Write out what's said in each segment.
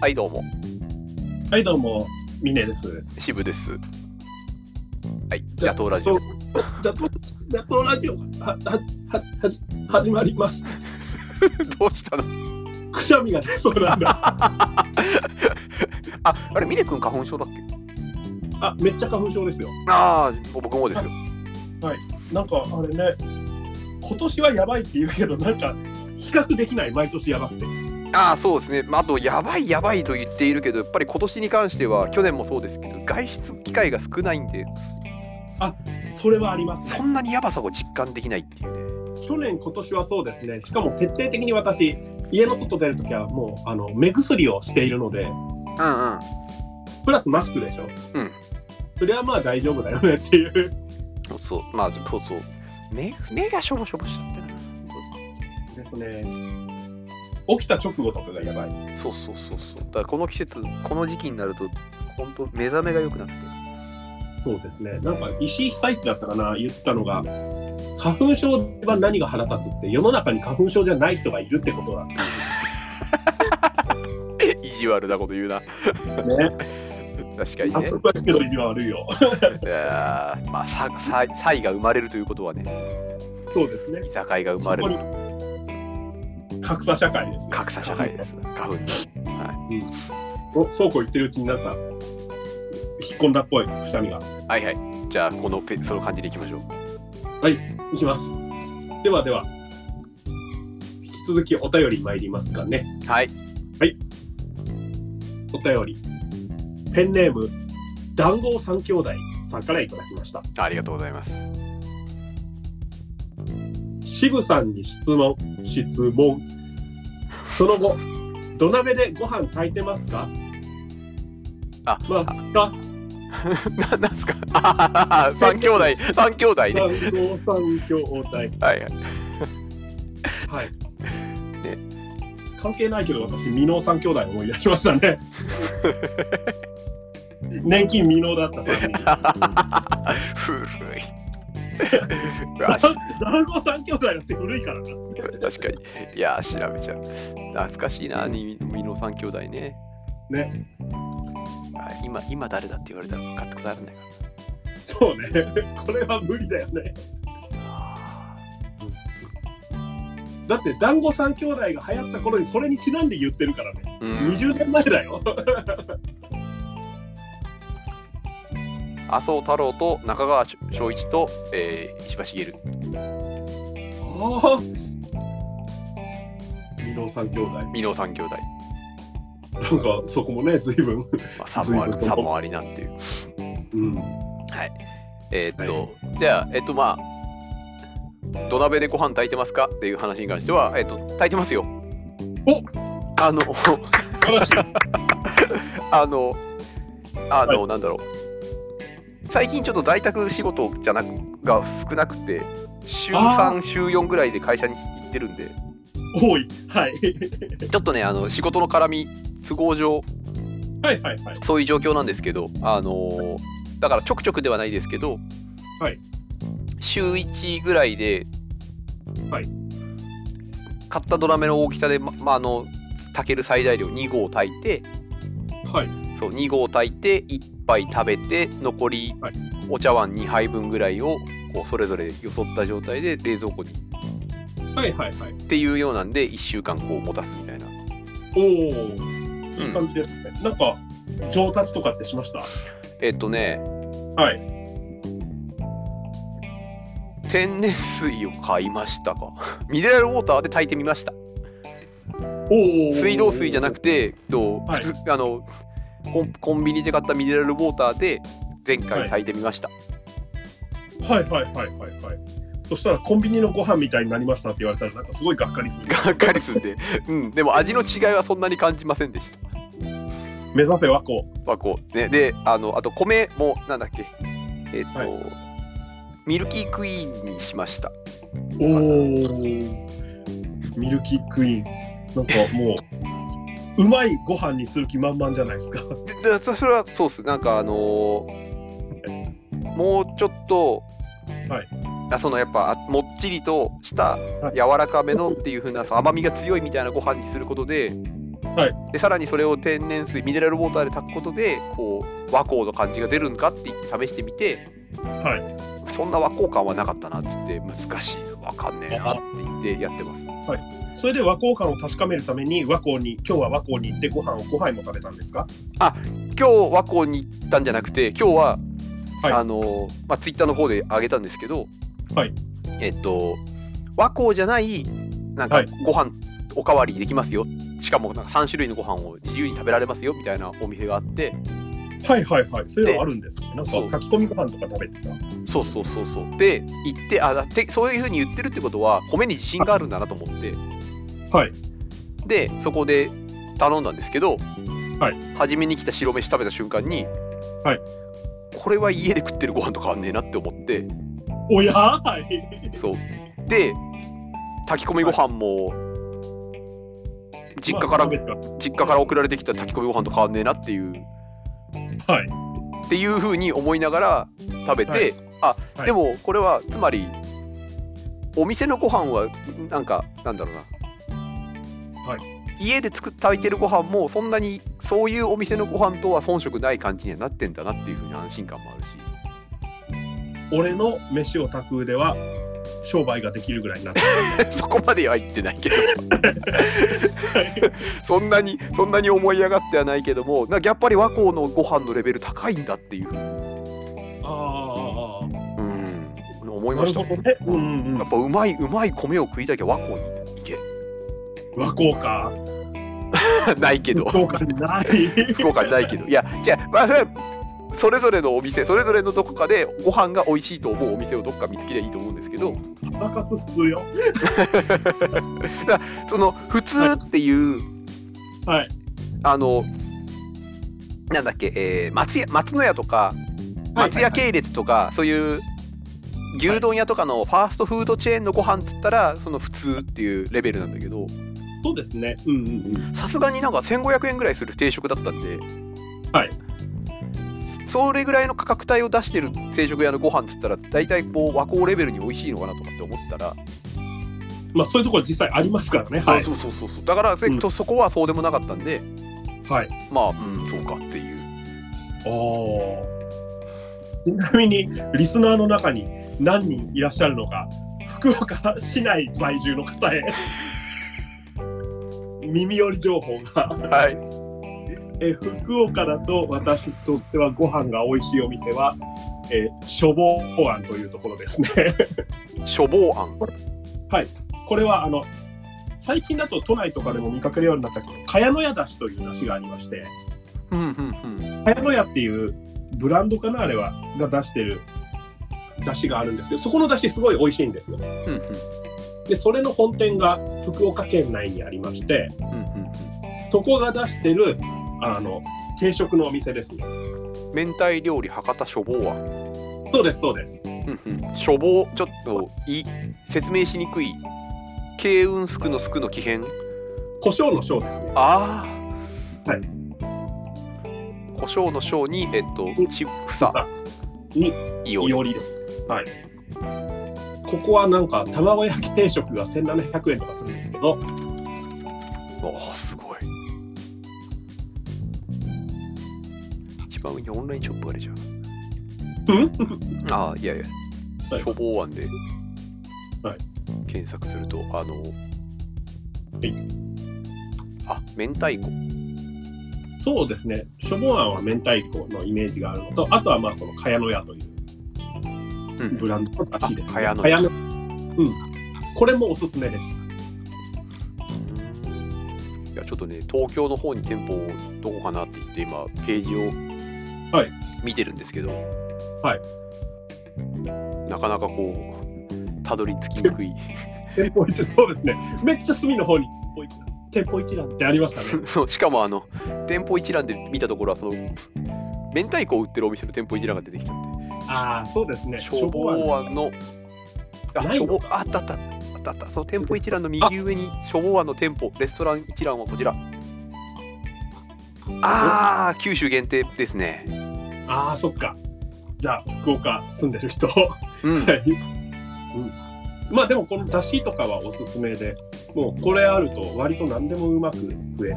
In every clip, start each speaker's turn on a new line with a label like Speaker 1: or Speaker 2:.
Speaker 1: はいどうも
Speaker 2: はい、どうも、ミネです。
Speaker 1: 渋ですはい野党ラジオ
Speaker 2: とザト、ザトラジオが、は、は、は、はじ、始まります。
Speaker 1: どうしたの
Speaker 2: くしゃみが出そうなんだ。
Speaker 1: ああれ峰君花粉症だっけ
Speaker 2: あ、めっちゃ花粉症ですよ。
Speaker 1: ああ僕もですよ
Speaker 2: なんか、あれね、今年はやばいって言うけど、なんか、比較できない、毎年やばくて。
Speaker 1: ああそうですね、まあ、あとやばいやばいと言っているけどやっぱり今年に関しては去年もそうですけど外出機会が少ないんで
Speaker 2: それはあります
Speaker 1: そんなにやばさを実感できないっていうね
Speaker 2: 去年、今年はそうですね。しかも、徹底的に私、家の外出るときは、もう、あの、目薬をしているので、
Speaker 1: うんうん
Speaker 2: プラスマスクでしょ。
Speaker 1: うん。
Speaker 2: それはまあ大丈夫だよねっていう。
Speaker 1: そうそうまあそうそう目目がしょぼしょぼしちゃってな
Speaker 2: ですね。起きた直後とかがやばい。
Speaker 1: そうそうそうそうだからこの季節この時期になると本当目覚めが良くなくて
Speaker 2: そうですね。なんか石井久一だったかな、言ってたのが、花粉症は何が腹立つって、世の中に花粉症じゃない人がいるってことだっ
Speaker 1: 意地悪なこと言うな
Speaker 2: たね。
Speaker 1: 確かに
Speaker 2: あ
Speaker 1: ね
Speaker 2: そこだけど意地悪いよ。
Speaker 1: いやーまあささ差異が生まれるということはね
Speaker 2: そうですね
Speaker 1: い。ざかいが生まれる
Speaker 2: そ格差社会ですね。
Speaker 1: 格差社会です花粉
Speaker 2: お。そうこう言ってるうちになんか、引っ込んだっぽい、くしゃみが。
Speaker 1: はいはいじゃあこのペその感じでいきましょう
Speaker 2: いきます。ではでは、引き続きお便り参りますかね。
Speaker 1: はい
Speaker 2: お便り。ペンネーム、談合三兄弟さんからいただきました。
Speaker 1: ありがとうございます
Speaker 2: 渋さんに質問質問その後土鍋でご飯炊いてますか
Speaker 1: あ
Speaker 2: まあすか
Speaker 1: ななんすか あー三兄弟三兄弟ね
Speaker 2: 三兄三兄弟
Speaker 1: はいはい
Speaker 2: はい
Speaker 1: ね
Speaker 2: 関係ないけど私美濃三兄弟を思い出しました ね年金未納だった3人
Speaker 1: 古い うわし
Speaker 2: 団子三兄弟だって古いからな
Speaker 1: 確かにいやー調べちゃう懐かしいなにみの三兄弟ね
Speaker 2: ね
Speaker 1: あ今今誰だって言われたら分かったことあるんだけど
Speaker 2: そうね これは無理だよねだって団子三兄弟が流行った頃にそれにちなんで言ってるからね
Speaker 1: うん
Speaker 2: 20年前だよ。
Speaker 1: 麻生太郎と中川翔一と、えー石破茂
Speaker 2: ああ。二郎三兄弟。なん
Speaker 1: 箕面三兄弟、
Speaker 2: かそこもね、随分。
Speaker 1: まあ、3もあり
Speaker 2: 随分と
Speaker 1: 三もありなんていう
Speaker 2: うん。
Speaker 1: はいえーっと、じゃあえっとまあ土鍋でご飯炊いてますかっていう話に関してはえっと炊いてますよ
Speaker 2: お
Speaker 1: あの
Speaker 2: 素晴らしい。
Speaker 1: あのあの、なんだろう最近ちょっと在宅仕事じゃなくが少なくて週3週4ぐらいで会社に行ってるんで
Speaker 2: 多い。はい。
Speaker 1: ちょっとねあの仕事の絡み都合上
Speaker 2: はいはいはい。
Speaker 1: そういう状況なんですけど、あのーだからちょくちょくではないですけど、
Speaker 2: はい
Speaker 1: 週1ぐらいで、
Speaker 2: はい
Speaker 1: 買ったドラメの大きさで、ままあ、あの炊ける最大量2合炊いて
Speaker 2: はい。
Speaker 1: そう2合炊いて1杯食べて残り
Speaker 2: はい
Speaker 1: お茶碗2杯分ぐらいをこうそれぞれよそった状態で冷蔵庫にっ
Speaker 2: はいはいはい。
Speaker 1: ていうようなんで1週間こう持たすみたいな。
Speaker 2: おお。いい感じですね。なんか。上達とかってしました。
Speaker 1: えっとね、
Speaker 2: はい。
Speaker 1: 天然水を買いましたか。 ミネラルウォーターで炊いてみました。
Speaker 2: おお。
Speaker 1: 水道水じゃなく
Speaker 2: て。
Speaker 1: て、と
Speaker 2: は
Speaker 1: 普
Speaker 2: い
Speaker 1: 通あのコンコンビニで買ったミネラルウォーターで前回炊いてみました。
Speaker 2: はいはいはいはいはい。そしたらコンビニのご飯みたいになりましたって言われたらなんかすごいがっかりする。
Speaker 1: がっかりすんで、うん、でも味の違いはそんなに感じませんでした。
Speaker 2: 目指せ和光。
Speaker 1: まあこうね、であのあと米もなんだっけえっ、と、
Speaker 2: は
Speaker 1: ミルキークイーンにしました。
Speaker 2: おおミルキークイーンなんかもううまいご飯にする気満々じゃないですか
Speaker 1: ででそそれはそうっすなんかあのーもうちょっと、
Speaker 2: はい
Speaker 1: あそのやっぱあもっちりとした
Speaker 2: はい
Speaker 1: 柔らかめのっていう風なそう甘みが強いみたいなご飯にすることで
Speaker 2: はい
Speaker 1: でさらにそれを天然水ミネラルウォーターで炊くことでこう和光の感じが出るんかって言って試してみて、
Speaker 2: は
Speaker 1: そんな和光感はなかったなっつって難しいわかんねえなって言ってやってます
Speaker 2: それで和光感を確かめるために和光に今日は和光に行ってご飯を5杯も食べたんですか
Speaker 1: 今日和光に行ったんじゃなくて今日は、
Speaker 2: はい
Speaker 1: あのまあツイッターの方で上げたんですけど、
Speaker 2: はい
Speaker 1: えっと和光じゃないなん
Speaker 2: は
Speaker 1: か
Speaker 2: い
Speaker 1: ご飯おかわりできますよしかもなんか3種類のご飯を自由に食べられますよみたいなお店があって
Speaker 2: はいはいはいそういうのあるんですねなんか
Speaker 1: そう
Speaker 2: 炊き込みご飯とか食べてたは
Speaker 1: そうそうそうそうで行ってあだってそういうふうに言ってるってことは米に自信があるんだなと思って
Speaker 2: い
Speaker 1: でそこで頼んだんですけど、
Speaker 2: はい
Speaker 1: 初めに来た白飯食べた瞬間に、
Speaker 2: はい
Speaker 1: これは家で食ってるご飯と変わんねえなって思って
Speaker 2: おやはい
Speaker 1: そうで炊き込みご飯も、実家から、
Speaker 2: まあ食べては
Speaker 1: 実家から送られてきた炊き込みご飯と変わんねえなっていう
Speaker 2: はい
Speaker 1: っていう風に思いながら食べて、
Speaker 2: はい
Speaker 1: あ、
Speaker 2: はい
Speaker 1: でもこれはつまりお店のご飯はなんかなんだろうな、
Speaker 2: は
Speaker 1: 家で作っ炊いてるご飯もそんなにそういうお店のご飯とは遜色ない感じにはなってんだなっていう風に安心感もあるし
Speaker 2: 俺の飯を炊く腕は商売ができるぐらいになって る
Speaker 1: そこまでは言ってないけど そんなにそんなに思い上がってはないけどもなんかやっぱり和光のご飯のレベル高いんだっていう、
Speaker 2: あああ
Speaker 1: うん、思
Speaker 2: あ
Speaker 1: い
Speaker 2: な
Speaker 1: ま
Speaker 2: る
Speaker 1: した
Speaker 2: ほ
Speaker 1: や
Speaker 2: どねうんうんうん
Speaker 1: っぱうまいうまい米を食いたきゃ和光に行け
Speaker 2: 和光か
Speaker 1: ない けど
Speaker 2: 和光かない
Speaker 1: 福岡にないけどいやじゃあまあそれはそれぞれのお店それぞれのどこかでご飯が美味しいと思うお店をどっか見つけりゃいいと思うんですけど
Speaker 2: 花かつ普通よ
Speaker 1: その普通っていう、
Speaker 2: はい
Speaker 1: あのなんだっけ、えー松屋松の屋とか松屋系列とか、そういう牛丼屋とかのファーストフードチェーンのご飯っつったらその普通っていうレベルなんだけど
Speaker 2: そうですねうんうんうん
Speaker 1: さすがになんか1500円ぐらいする定食だったんで
Speaker 2: はい
Speaker 1: そそれぐらいの価格帯を出してる定食屋のご飯っつったら大体こう和光レベルに美味しいのかなとかって思ったら、
Speaker 2: まあそういうところ実際ありますからねは
Speaker 1: あ
Speaker 2: い
Speaker 1: そうそうそうそうだからそ,、
Speaker 2: うん
Speaker 1: そこはそうでもなかったんで
Speaker 2: はい
Speaker 1: まあうんそうかっていう
Speaker 2: おちなみにリスナーの中に何人いらっしゃるのか福岡市内在住の方へ 耳寄り情報が
Speaker 1: はい
Speaker 2: え福岡だと私にとってはご飯が美味しいお店はえ処方案というところですね
Speaker 1: 処方案
Speaker 2: これはあの最近だと都内とかでも見かけるようになったけど茅野屋だしという出汁がありまして
Speaker 1: うんうん
Speaker 2: 茅野屋っていうブランドかなあれはが出してる出汁があるんですけどそこの出汁すごい美味しいんですよ
Speaker 1: うんうんうん
Speaker 2: でそれの本店が福岡県内にありまして
Speaker 1: うんうん
Speaker 2: そこが出してるあの定食のお店ですね
Speaker 1: うん明太料理博多処方案
Speaker 2: そうですそうです
Speaker 1: うんうん処方ちょっとい説明しにくい慶雲すくのすくの奇変
Speaker 2: 胡椒の章ですね
Speaker 1: ああ。
Speaker 2: はい。
Speaker 1: 胡椒の椒に、えっと、ち、ふさ、
Speaker 2: さに
Speaker 1: いお
Speaker 2: い
Speaker 1: り。
Speaker 2: おりですはいここはなんか卵焼き定食が1700円とかするんですけど
Speaker 1: ああ、すごい。一番上にオンラインショップあるじゃん。ああ、いやいや。
Speaker 2: はい
Speaker 1: 処方案で。
Speaker 2: はい
Speaker 1: 検索すると、あの。
Speaker 2: い
Speaker 1: あ、明太子。
Speaker 2: そうですね処方案は明太子のイメージがあるのとあとはまあその茅野屋という
Speaker 1: うん
Speaker 2: ブ。ランドの出汁です、ね、
Speaker 1: あ茅野
Speaker 2: 茅野うんこれもおすすめです
Speaker 1: いやちょっとね東京の方に店舗をどこかなって言って今ページを
Speaker 2: はい
Speaker 1: 見てるんですけど、
Speaker 2: は
Speaker 1: なかなかこうたどり着きにくい
Speaker 2: 店 舗一そうですねめっちゃ隅の方に店舗一覧ってありましたね
Speaker 1: そうしかもあの店舗一覧で見たところはその明太子を売ってるお店の店舗一覧が出てきちゃって
Speaker 2: ああ、そうですね。
Speaker 1: 消防案のあ
Speaker 2: ない
Speaker 1: 消
Speaker 2: の
Speaker 1: 防ああったあったあったあったその店舗一覧の右上に消防案の店舗レストラン一覧はこちらああ九州限定ですね
Speaker 2: ああ、そっか。じゃあ、福岡住んでる人。 は
Speaker 1: うん
Speaker 2: い。うんまあでもこの出汁とかはおすすめでもうこれあると割と何でもうまく食えるという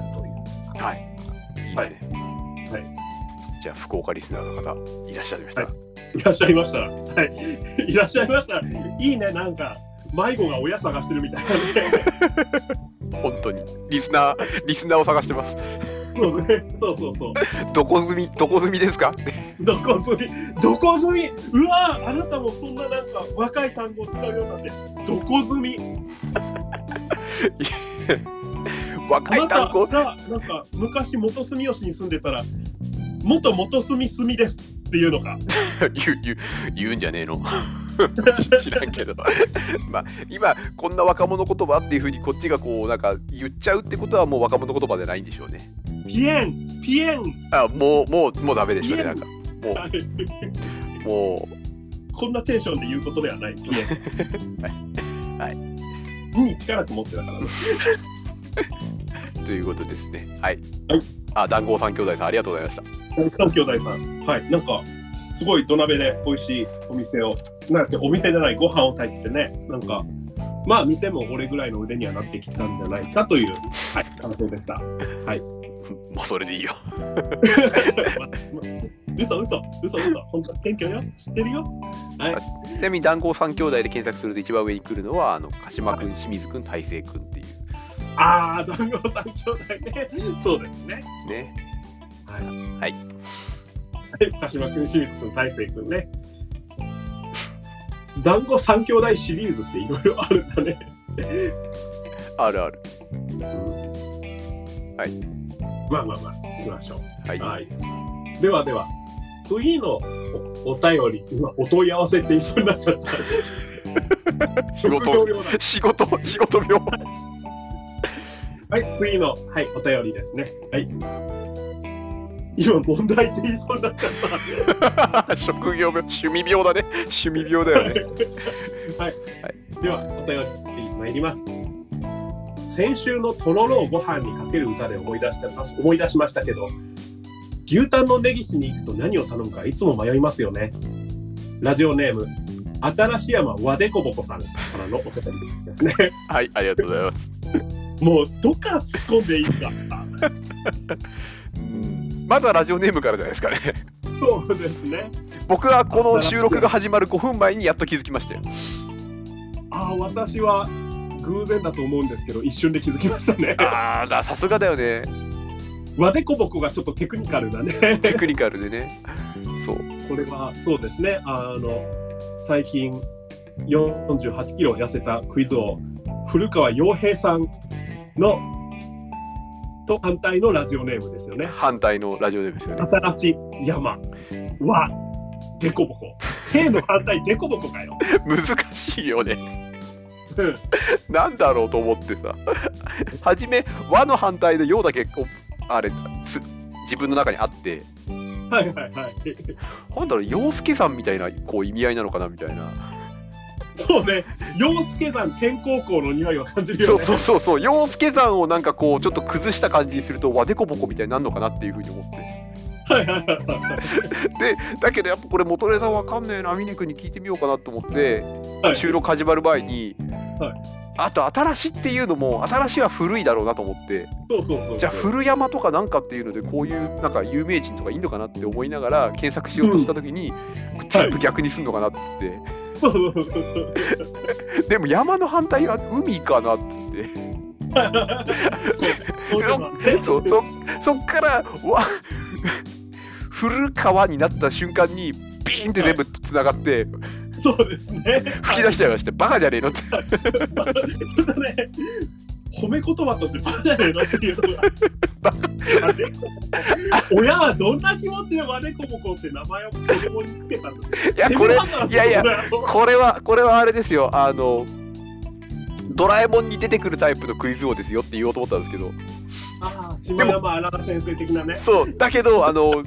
Speaker 1: はい。いいですね。
Speaker 2: は
Speaker 1: はいい。じゃあ福岡リスナーの方いらっしゃいました。
Speaker 2: はいいらっしゃいました。はい。いらっしゃいました。いいね、なんか、迷子が親探してるみたい
Speaker 1: 本当にリスナーリスナーを探してます。
Speaker 2: な、ね。 そうそうそう。
Speaker 1: どこ住みどこ住みですか？
Speaker 2: どこ住み、どこ住み、うわーあなたもそんななんか若い単語を使うようになって、どこ住み、あ
Speaker 1: 若い
Speaker 2: なた
Speaker 1: 単語
Speaker 2: がなんか昔元住吉に住んでたら、元元住住ですっていうのか。
Speaker 1: 言う言う言うんじゃねえの 知らんけど まあ今こんな若者言葉っていうふうにこっちがこうなんか言っちゃうってことはもう若者言葉じゃないんでしょうね
Speaker 2: ピエン、ピエン。
Speaker 1: あもうもうもうダメでしょうね
Speaker 2: い
Speaker 1: な
Speaker 2: や
Speaker 1: んかも
Speaker 2: はい
Speaker 1: うも
Speaker 2: こんなテンションで言うことではない。ピエ ン。
Speaker 1: はい。
Speaker 2: に力こもってたからね。
Speaker 1: うということですねはい、
Speaker 2: はい
Speaker 1: あ団子三兄弟さんありがとうございました
Speaker 2: 三兄弟さん、はい、なんかすごい土鍋で美味しいお店を、なんてお店じゃないご飯を炊いてね、なんかまあ店も俺ぐらいの腕にはなってきたんじゃないかという、はい、感想でした。
Speaker 1: もうそれでいいよ
Speaker 2: 嘘嘘嘘嘘本当謙虚よ知ってるよ。はい
Speaker 1: ちなみに団子三兄弟で検索すると一番上に来るのはあの鹿島くん清水くん大成くんってい
Speaker 2: ああ団子三兄弟ね、そうですね。
Speaker 1: うね
Speaker 2: はい
Speaker 1: はい
Speaker 2: はい鹿島君、清水君、大成君ね。団子三兄弟シリーズっていろいろあるんだね。
Speaker 1: あるある
Speaker 2: まあまあまあ行きましょう。
Speaker 1: はい、
Speaker 2: はい。ではでは、次のおお便り、今、お問い合わせって言いそうになっちゃった。
Speaker 1: 仕
Speaker 2: 職業
Speaker 1: 事
Speaker 2: 病だ
Speaker 1: 仕事仕事病
Speaker 2: はい、次の、はい、お便りですね。はい。今、問題って言いそうになっちゃ っ
Speaker 1: 職業病趣味病だね趣味病だよね
Speaker 2: た。では、お便り参ります。先週のとろろをご飯にかける歌で思い出してます思い出しましたけど、牛タンの根岸に行くと何を頼むかいつも迷いますよね。ラジオネーム、新し山和でこぼこさんからのお便りですね。
Speaker 1: はいありがとうございます
Speaker 2: もうどっから突っ込んでいいか。
Speaker 1: まずはラジオネームからじゃないですかね
Speaker 2: そうですね。
Speaker 1: 僕はこの収録が始まる5分前にやっと気づきましたよ
Speaker 2: ああ、私は偶然だと思うんですけど、一瞬で気づきましたね。
Speaker 1: あーださすがだよね
Speaker 2: わでこぼこがちょっとテクニカルだね。
Speaker 1: テクニカルでねそう
Speaker 2: これはそうですね。あの最近48キロ痩せたクイズ王古川洋平さんのと反対のラジオネームですよね。
Speaker 1: 反対のラジオネームですよね
Speaker 2: 新しい山はでこぼこ。への反対でこぼこかよ。
Speaker 1: 難しいよね
Speaker 2: うん
Speaker 1: なんだろうと思ってさ初め和の反対でようだけこうあれつ自分の中にあって
Speaker 2: はいはいはい。
Speaker 1: なんだろう洋介さんみたいなこう意味合いなのかなみたいな
Speaker 2: そうね、洋介山健康校の匂いを感じる
Speaker 1: そ
Speaker 2: よ
Speaker 1: う
Speaker 2: ね。
Speaker 1: そうそうそう洋介山をなんかこうちょっと崩した感じにするとわでこぼこみたいになるのかなっていうふうに思って
Speaker 2: はいはいは
Speaker 1: でだけどやっぱこれ元ネタわかんねえな峰君に聞いてみようかなと思って、
Speaker 2: はい
Speaker 1: 収録始まる前に、
Speaker 2: は
Speaker 1: あと新しいっていうのも新しいは古いだろうなと思って
Speaker 2: いそうそうそう。
Speaker 1: じゃあ古山とかなんかっていうのでこういうなんか有名人とかいいのかなって思いながら検索しようとした時に、全部逆にすんのかなっつって、
Speaker 2: そうそうそうそう。
Speaker 1: でも山の反対は海かなっつって。
Speaker 2: そうそうそう
Speaker 1: そうそそっからわ古川になった瞬間にビーンって全部つながって
Speaker 2: そうですね。
Speaker 1: 吹き出しちゃいまして、バカじゃねえのって
Speaker 2: 本当ね、褒め言葉としてバカじゃねえのっていう のが。あれ親はどんな気持ちでわねこぼこって名前を子供につけたんだ
Speaker 1: いやこれいやいや
Speaker 2: は
Speaker 1: これはこれはあれですよあのドラえもんに出てくるタイプのクイズ王ですよって言おうと思ったんですけど
Speaker 2: ああ、島山あらら先生的なね。
Speaker 1: そうだけどあの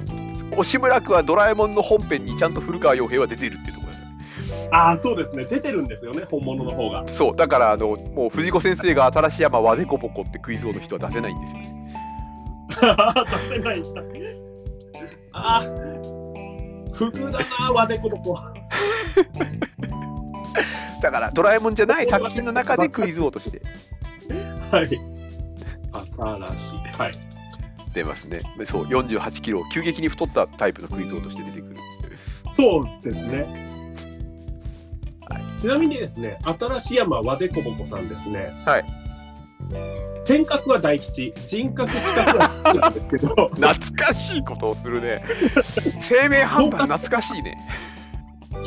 Speaker 1: 押村区はドラえもんの本編にちゃんと古川洋平は出てるっていうところです
Speaker 2: ああ、そうですね。出てるんですよね、本物の方が。
Speaker 1: そうだからあのもう藤子先生が新しい山はでこぼこってクイズ王の人は出せないんですよね
Speaker 2: 出せないんだ。ああ、服だな、わでこぼこ。
Speaker 1: だからドラえもんじゃない作品の中でクイズ王として
Speaker 2: はい。新しい。はい。
Speaker 1: 出ますねそう48キロ急激に太ったタイプのクイズ王として出てくる
Speaker 2: そうですね。
Speaker 1: は
Speaker 2: ちなみにですね、新しい山和でこぼこさんですね。
Speaker 1: はい、
Speaker 2: 天角は大吉、人格近くはなんですけ ど
Speaker 1: 懐かしいことをする ね生命判断懐かしいね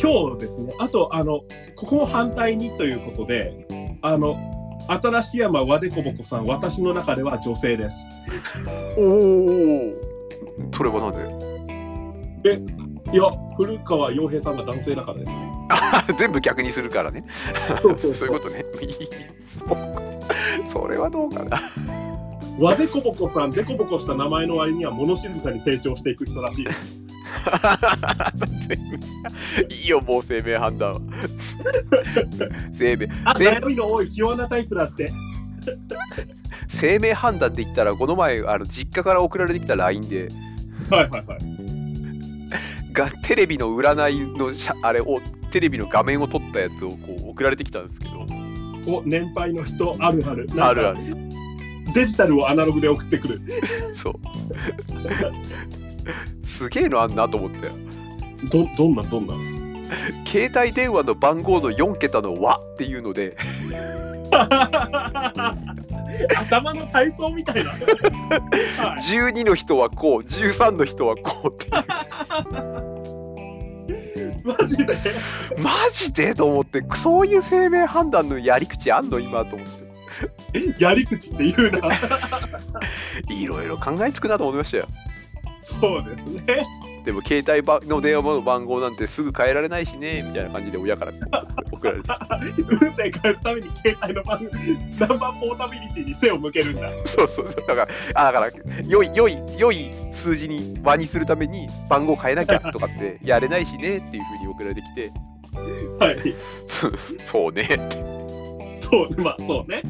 Speaker 2: 今日ですね、あと、あの、ここも反対にということで、あの、新しい山和でこぼこさん、私の中では女性です。
Speaker 1: おおそれはなんで
Speaker 2: いや、古川洋平さんが男性だからですね。
Speaker 1: 全部逆にするからね
Speaker 2: そ う
Speaker 1: そういうことね そうそれはどうかな
Speaker 2: 和でこぼこさん、でこぼこした名前の割には物静かに成長していく人らしいです。
Speaker 1: 生命いいよもう生命判断 は生命
Speaker 2: あ、
Speaker 1: 全
Speaker 2: 悩みの多い器用なタイプだって。
Speaker 1: 生命判断って言ったらこの前あの実家から送られてきた LINE で
Speaker 2: はいはいはい。
Speaker 1: がテレビの占いのしゃあれをテレビの画面を撮ったやつをこう送られてきたんですけど
Speaker 2: お年配の人あるある
Speaker 1: あるあ
Speaker 2: る
Speaker 1: る
Speaker 2: デジタルをアナログで送ってくる
Speaker 1: そう すげえのあんなと思ったよ
Speaker 2: どどんなどんな
Speaker 1: 携帯電話の番号の4桁の和っていうので
Speaker 2: 頭の体操みたいな、 はい、
Speaker 1: 12の人はこう13の人はこうって
Speaker 2: マジで
Speaker 1: マジでと思ってそういう生命判断のやり口あんの今と思って
Speaker 2: やり口って言うな
Speaker 1: いろいろ考えつくなと思いましたよ
Speaker 2: そうですね
Speaker 1: でも携帯ばの電話の番号なんてすぐ変えられないしねみたいな感じで親から送られて
Speaker 2: 運勢変えるために携帯の番ナンバーポータビリティに背を向けるんだ
Speaker 1: そうそうそうだからあだから良い良い良い数字に和にするために番号変えなきゃとかってやれないしねっていう風に送られてきて
Speaker 2: はい
Speaker 1: そそうねって
Speaker 2: そうまあそうね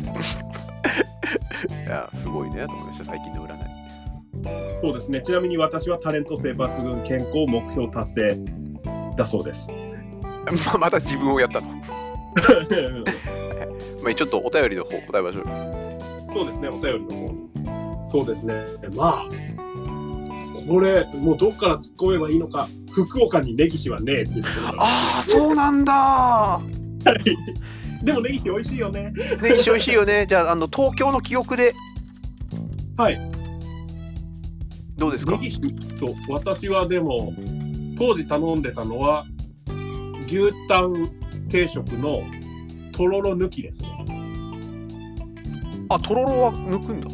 Speaker 1: いやすごいねと思いました最近の占い
Speaker 2: そうですねちなみに私はタレント性抜群健康目標達成だそうです
Speaker 1: ま また自分をやったの、まあ、ちょっとお便りの方答えましょう
Speaker 2: そうですね、お便りの方に。そうですね、まあ、これ、もうどっから突っ込めばいいのか、福岡にネギシはねえっていうところなんで
Speaker 1: ああそうなんだ
Speaker 2: でもネギシ美味しいよね。
Speaker 1: ね一緒美味しいよねじゃああの東京の記憶で
Speaker 2: はい、
Speaker 1: どうですか
Speaker 2: ネギシと、私はでも、当時頼んでたのは、牛タン定食のとろろ抜きですね。
Speaker 1: あとろろは抜くんだ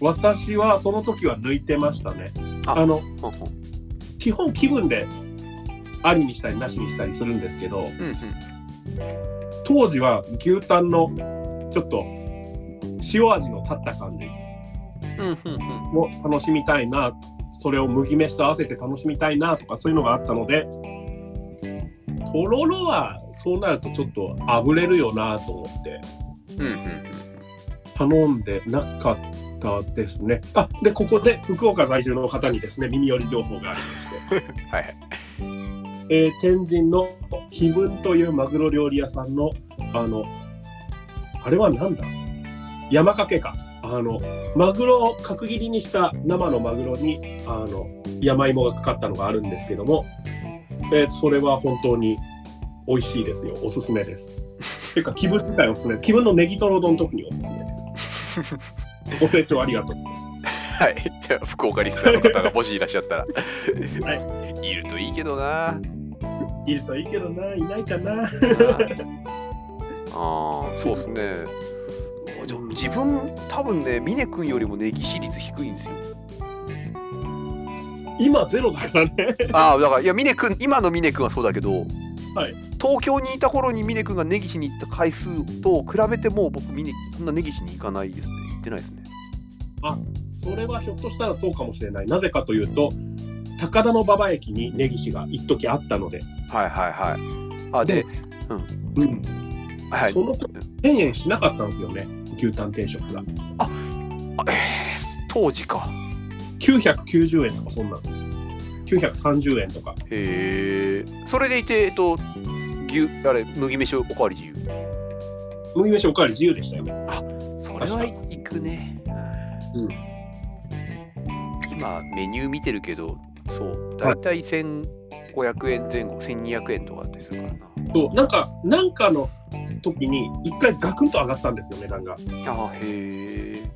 Speaker 2: 私はその時は抜いてましたね。
Speaker 1: あ
Speaker 2: あの、
Speaker 1: うんうん
Speaker 2: 基本気分で、ありにしたりなしにしたりするんですけど、
Speaker 1: うんうん
Speaker 2: 当時は牛タンのちょっと塩味の立った感じ
Speaker 1: うんうんうん
Speaker 2: を楽しみたいなそれを麦飯と合わせて楽しみたいなとかそういうのがあったのでとろろはそうなるとちょっとあぶれるよなと思って
Speaker 1: うんうん
Speaker 2: 頼んでなかったですねあでここで福岡在住の方にですね耳寄り情報がありまして、
Speaker 1: はいはい
Speaker 2: えー天神の碑文というマグロ料理屋さんのあのあれはなんだ山かけかあのマグロを角切りにした生のマグロにあの山芋がかかったのがあるんですけども、えーそれは本当に美味しいですよおすすめですていうか気分自体おすすめ気分のネギトロ丼特におすすめですご清聴ありがとう
Speaker 1: はい、じゃあ福岡リスナーの方がもしいらっしゃったら、い、るといいけど なあ
Speaker 2: いるといいけどないないかな
Speaker 1: あーそうっすねじゃあ自分多分ね峰君よりもネギ比率低いんですよ
Speaker 2: 今ゼロだからね
Speaker 1: ああだからいや峰君今の峰君はそうだけど、
Speaker 2: はい
Speaker 1: 東京にいた頃に峰君がネギしに行った回数と比べても僕峰そんなネギしに行かないですね行ってないですね
Speaker 2: それはひょっとしたらそうかもしれない。なぜかというと、高田の馬場駅に根岸が一時あったので、
Speaker 1: はいはいはいあで
Speaker 2: うん
Speaker 1: はい
Speaker 2: その時1000円しなかったんですよね、牛タン定食が。
Speaker 1: あえー当時か
Speaker 2: 990円とかそんなの。930円とか。
Speaker 1: へえそれでいてえっと牛あれ麦飯おかわり自由
Speaker 2: 麦飯おかわり自由でしたよね。
Speaker 1: それは行くね。メニュー見てるけどそう大体1500円前後1200円とかってするからな
Speaker 2: そうなんかなんかの時に一回ガクンと上がったんですよ値段が
Speaker 1: あーへ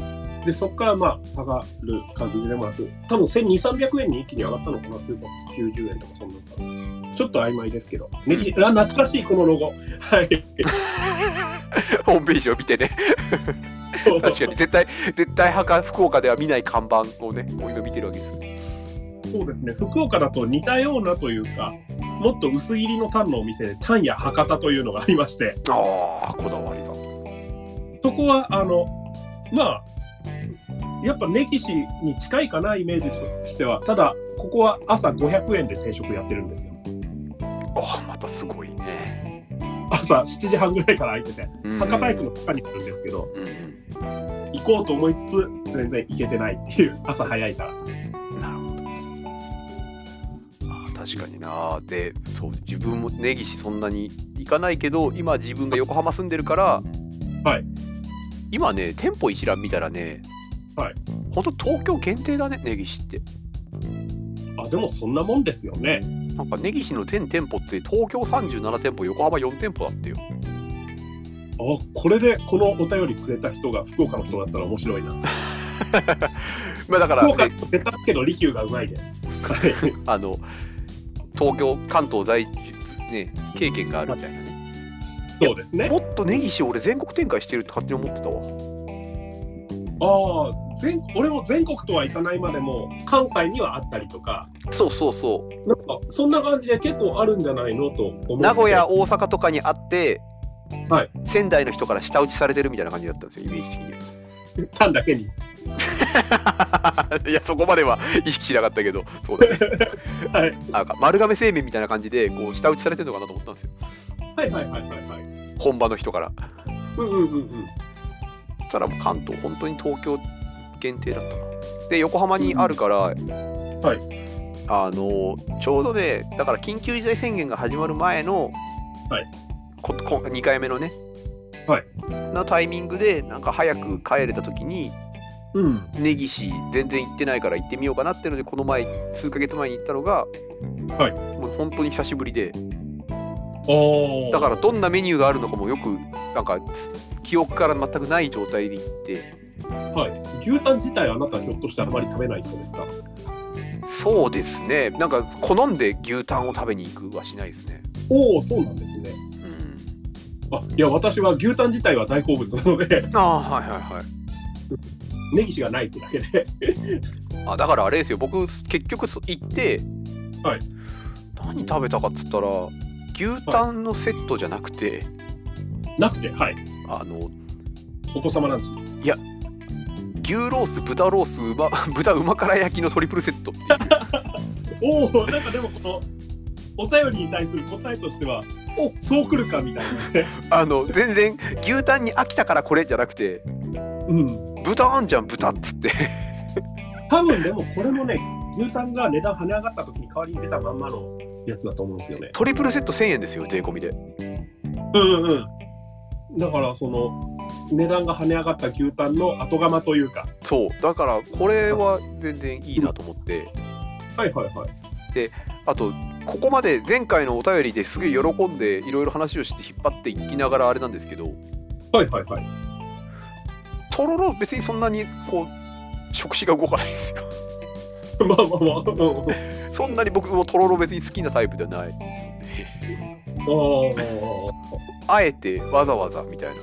Speaker 1: え
Speaker 2: でそこからまあ下がる感じでもなく多分1200300円に一気に上がったのかな990円とかそんな感じですちょっと曖昧ですけど、ネギあ懐かしいこのロゴはい
Speaker 1: ホームページを見てね
Speaker 2: 確
Speaker 1: 確かに絶対絶対墓福岡では見ない看板をねこういうの見てるわけですね
Speaker 2: そうですね福岡だと似たようなというかもっと薄切りのタンのお店でタンや博多というのがありまして
Speaker 1: ああこだわりが
Speaker 2: そこはあのまあやっぱ根岸に近いかなイメージとしてはただここは朝500円で定食やってるんですよ
Speaker 1: ああまたすごいね、
Speaker 2: 朝7時半ぐらいから開いてて
Speaker 1: うん
Speaker 2: 博多駅の中にあるんですけど
Speaker 1: うん
Speaker 2: 行こうと思いつつ全然行けてないっていう朝早いから
Speaker 1: うんなるほどあー確かになでそう自分も根岸そんなに行かないけど今自分が横浜住んでるから
Speaker 2: はい
Speaker 1: 今ね店舗一覧見たらね
Speaker 2: はい
Speaker 1: ほんと東京限定だね根岸って
Speaker 2: あでもそんなもんですよね
Speaker 1: なんか根岸の全店舗って東京37店舗横浜4店舗だってよ
Speaker 2: あこれでこのお便りくれた人が福岡の人だったら面白いな
Speaker 1: まあだか
Speaker 2: 福岡
Speaker 1: ら、ね
Speaker 2: 出たけど利休がうまいですはい
Speaker 1: あの東京関東在住ね経験があるみたいなね
Speaker 2: そうですね
Speaker 1: もっと根岸俺全国展開してるって勝手に思ってたわ
Speaker 2: ああ、全俺も全国とはいかないまでも関西にはあったりとか、
Speaker 1: そうそうそう
Speaker 2: なんかそんな感じで結構あるんじゃないのと思って。
Speaker 1: 名古屋大阪とかにあって、
Speaker 2: はい
Speaker 1: 仙台の人から舌打ちされてるみたいな感じだったんですよイメージ的に
Speaker 2: 単だけに。
Speaker 1: は いやそこまでは意識しなかったけどそうだね
Speaker 2: はい
Speaker 1: なんか丸亀製麺みたいな感じでこう舌打ちされてるのかなと思ったんですよ
Speaker 2: はいはいはいはいはい。
Speaker 1: 本場の人から
Speaker 2: うんうんうんうん。
Speaker 1: そしたらもう関東本当に東京限定だったなで横浜にあるから、あのちょうどねだから緊急事態宣言が始まる前の、
Speaker 2: はい
Speaker 1: ここ2回目のね、
Speaker 2: はい
Speaker 1: のタイミングでなんか早く帰れた時に
Speaker 2: うん。
Speaker 1: 根岸全然行ってないから行ってみようかなってのでこの前数ヶ月前に行ったのが、
Speaker 2: はい
Speaker 1: もう本当に久しぶりで
Speaker 2: おお。
Speaker 1: だからどんなメニューがあるのかもよくなんかつ記憶から全くない状態で行って。
Speaker 2: はい。牛タン自体あなたひょっとしてあまり食べない人ですか。
Speaker 1: そうですねなんか好んで牛タンを食べに行くはしないですね
Speaker 2: おお、そうなんですね。
Speaker 1: うん
Speaker 2: あ、いや私は牛タン自体は大好物なので、
Speaker 1: ああはいはいはい
Speaker 2: ネギシがないってだけで。
Speaker 1: あだからあれですよ僕結局そ行って、
Speaker 2: はい
Speaker 1: 何食べたかっつったら牛タンのセットじゃなくて、
Speaker 2: なくて、はい。
Speaker 1: あの
Speaker 2: お子様ランチ。
Speaker 1: 牛ロース豚ロース馬 豚うま辛焼きのトリプルセットって いう
Speaker 2: おお、なんかでもこの。お便りに対する答えとしては、おそうくるかみたいなね。
Speaker 1: あの全然牛タンに飽きたからこれじゃなくて
Speaker 2: うん。
Speaker 1: 豚あんじゃん豚っつって
Speaker 2: 多分でもこれもね牛タンが値段跳ね上がった時に代わりに出たまんまのやつだと思うんですよね
Speaker 1: トリプルセット1000円ですよ税込みで
Speaker 2: うんうんだからその値段が跳ね上がった牛タンの後釜というか
Speaker 1: そうだからこれは全然いいなと思って、
Speaker 2: はいはいはい
Speaker 1: あとここまで前回のお便りですげえ喜んでいろいろ話をして引っ張っていきながらあれなんですけど
Speaker 2: はいはいはい
Speaker 1: とろろ別にそんなにこう食事が動かないんですよ
Speaker 2: まあまあまあうんうん
Speaker 1: そんなに僕もとろろ別に好きなタイプではない
Speaker 2: あ
Speaker 1: あえてわざわざみたいな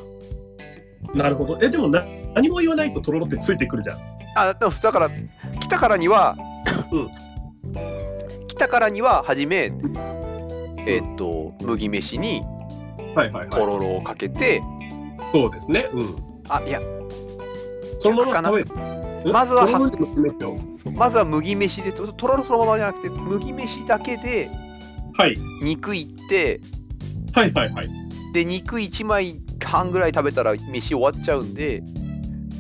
Speaker 2: あなるほどえでもな何も言わないととろろってついてくるじゃん
Speaker 1: あでもだから来たからには、
Speaker 2: うん
Speaker 1: 来たからには初めえっと麦飯に
Speaker 2: はいはい
Speaker 1: と
Speaker 2: はい
Speaker 1: ろろをかけて、
Speaker 2: そうですねうん
Speaker 1: あいや
Speaker 2: そのまま食べる
Speaker 1: まずは
Speaker 2: とろろでもいいですよ
Speaker 1: まずは麦飯でととろろそのままじゃなくて麦飯だけで
Speaker 2: はい
Speaker 1: 肉いって
Speaker 2: はいはいはい
Speaker 1: で肉1枚半ぐらい食べたら飯終わっちゃうんで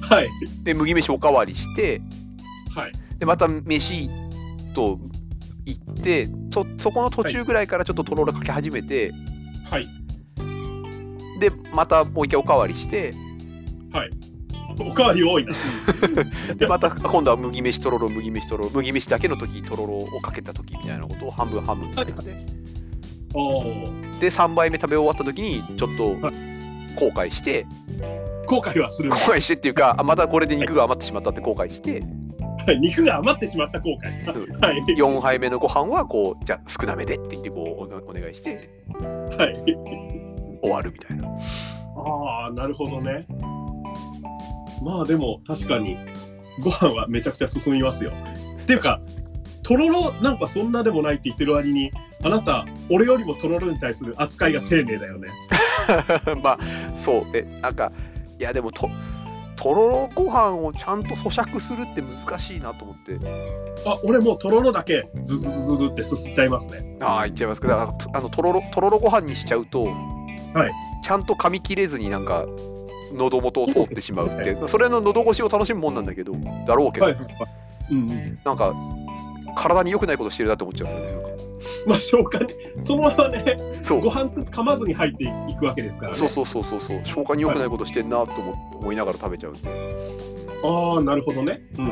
Speaker 2: はい
Speaker 1: で麦飯おかわりして
Speaker 2: はい
Speaker 1: でまた飯と行ってそそこの途中ぐらいからちょっととろろかけ始めて、
Speaker 2: はい
Speaker 1: でまたもう一回おかわりして
Speaker 2: はいおかわり多 いな。
Speaker 1: でまた今度は麦飯とろろ麦飯とろろ麦飯だけの時とろろをかけた時みたいなことを半分半分みたいな感じで
Speaker 2: おー
Speaker 1: で3杯目食べ終わった時にちょっと後悔して
Speaker 2: 後悔はする
Speaker 1: 後。悔してっていうかあまたこれで肉が余ってしまったって後悔して
Speaker 2: 肉が余ってしまった後悔。
Speaker 1: う
Speaker 2: はい。
Speaker 1: 4杯目のご飯はこうじゃあ少なめでって言ってこうおお願いして
Speaker 2: はい。
Speaker 1: 終わるみたいな
Speaker 2: ああ、なるほどね。まあでも確かにご飯はめちゃくちゃ進みますよ。っていうか、とろろなんかそんなでもないって言ってる割に、あなた、俺よりもとろろに対する扱いが丁寧だよね。
Speaker 1: まあそうでなんかいやでもととろろご飯をちゃんと咀嚼するって難しいなと思って
Speaker 2: あ、俺もうとろろだけズズズズズってすすっちゃいますね。
Speaker 1: ああ言っちゃいますけどだからとあのとろろとろろご飯にしちゃうと、
Speaker 2: い
Speaker 1: ちゃんと噛み切れずになんか喉元を通ってしまうっていうそれの喉越しを楽しむもんなんだけどだろうけど、
Speaker 2: はいはいはい。うんうん、
Speaker 1: なんか体に良くないことしてるなって思っちゃうんだよねなんか
Speaker 2: まあ消化にそのままね
Speaker 1: そう
Speaker 2: ご飯噛まずに入っていくわけですからね
Speaker 1: そうそうそうそうそう消化に良くないことしてんなと思って思いながら食べちゃうんで、
Speaker 2: ああなるほどねうん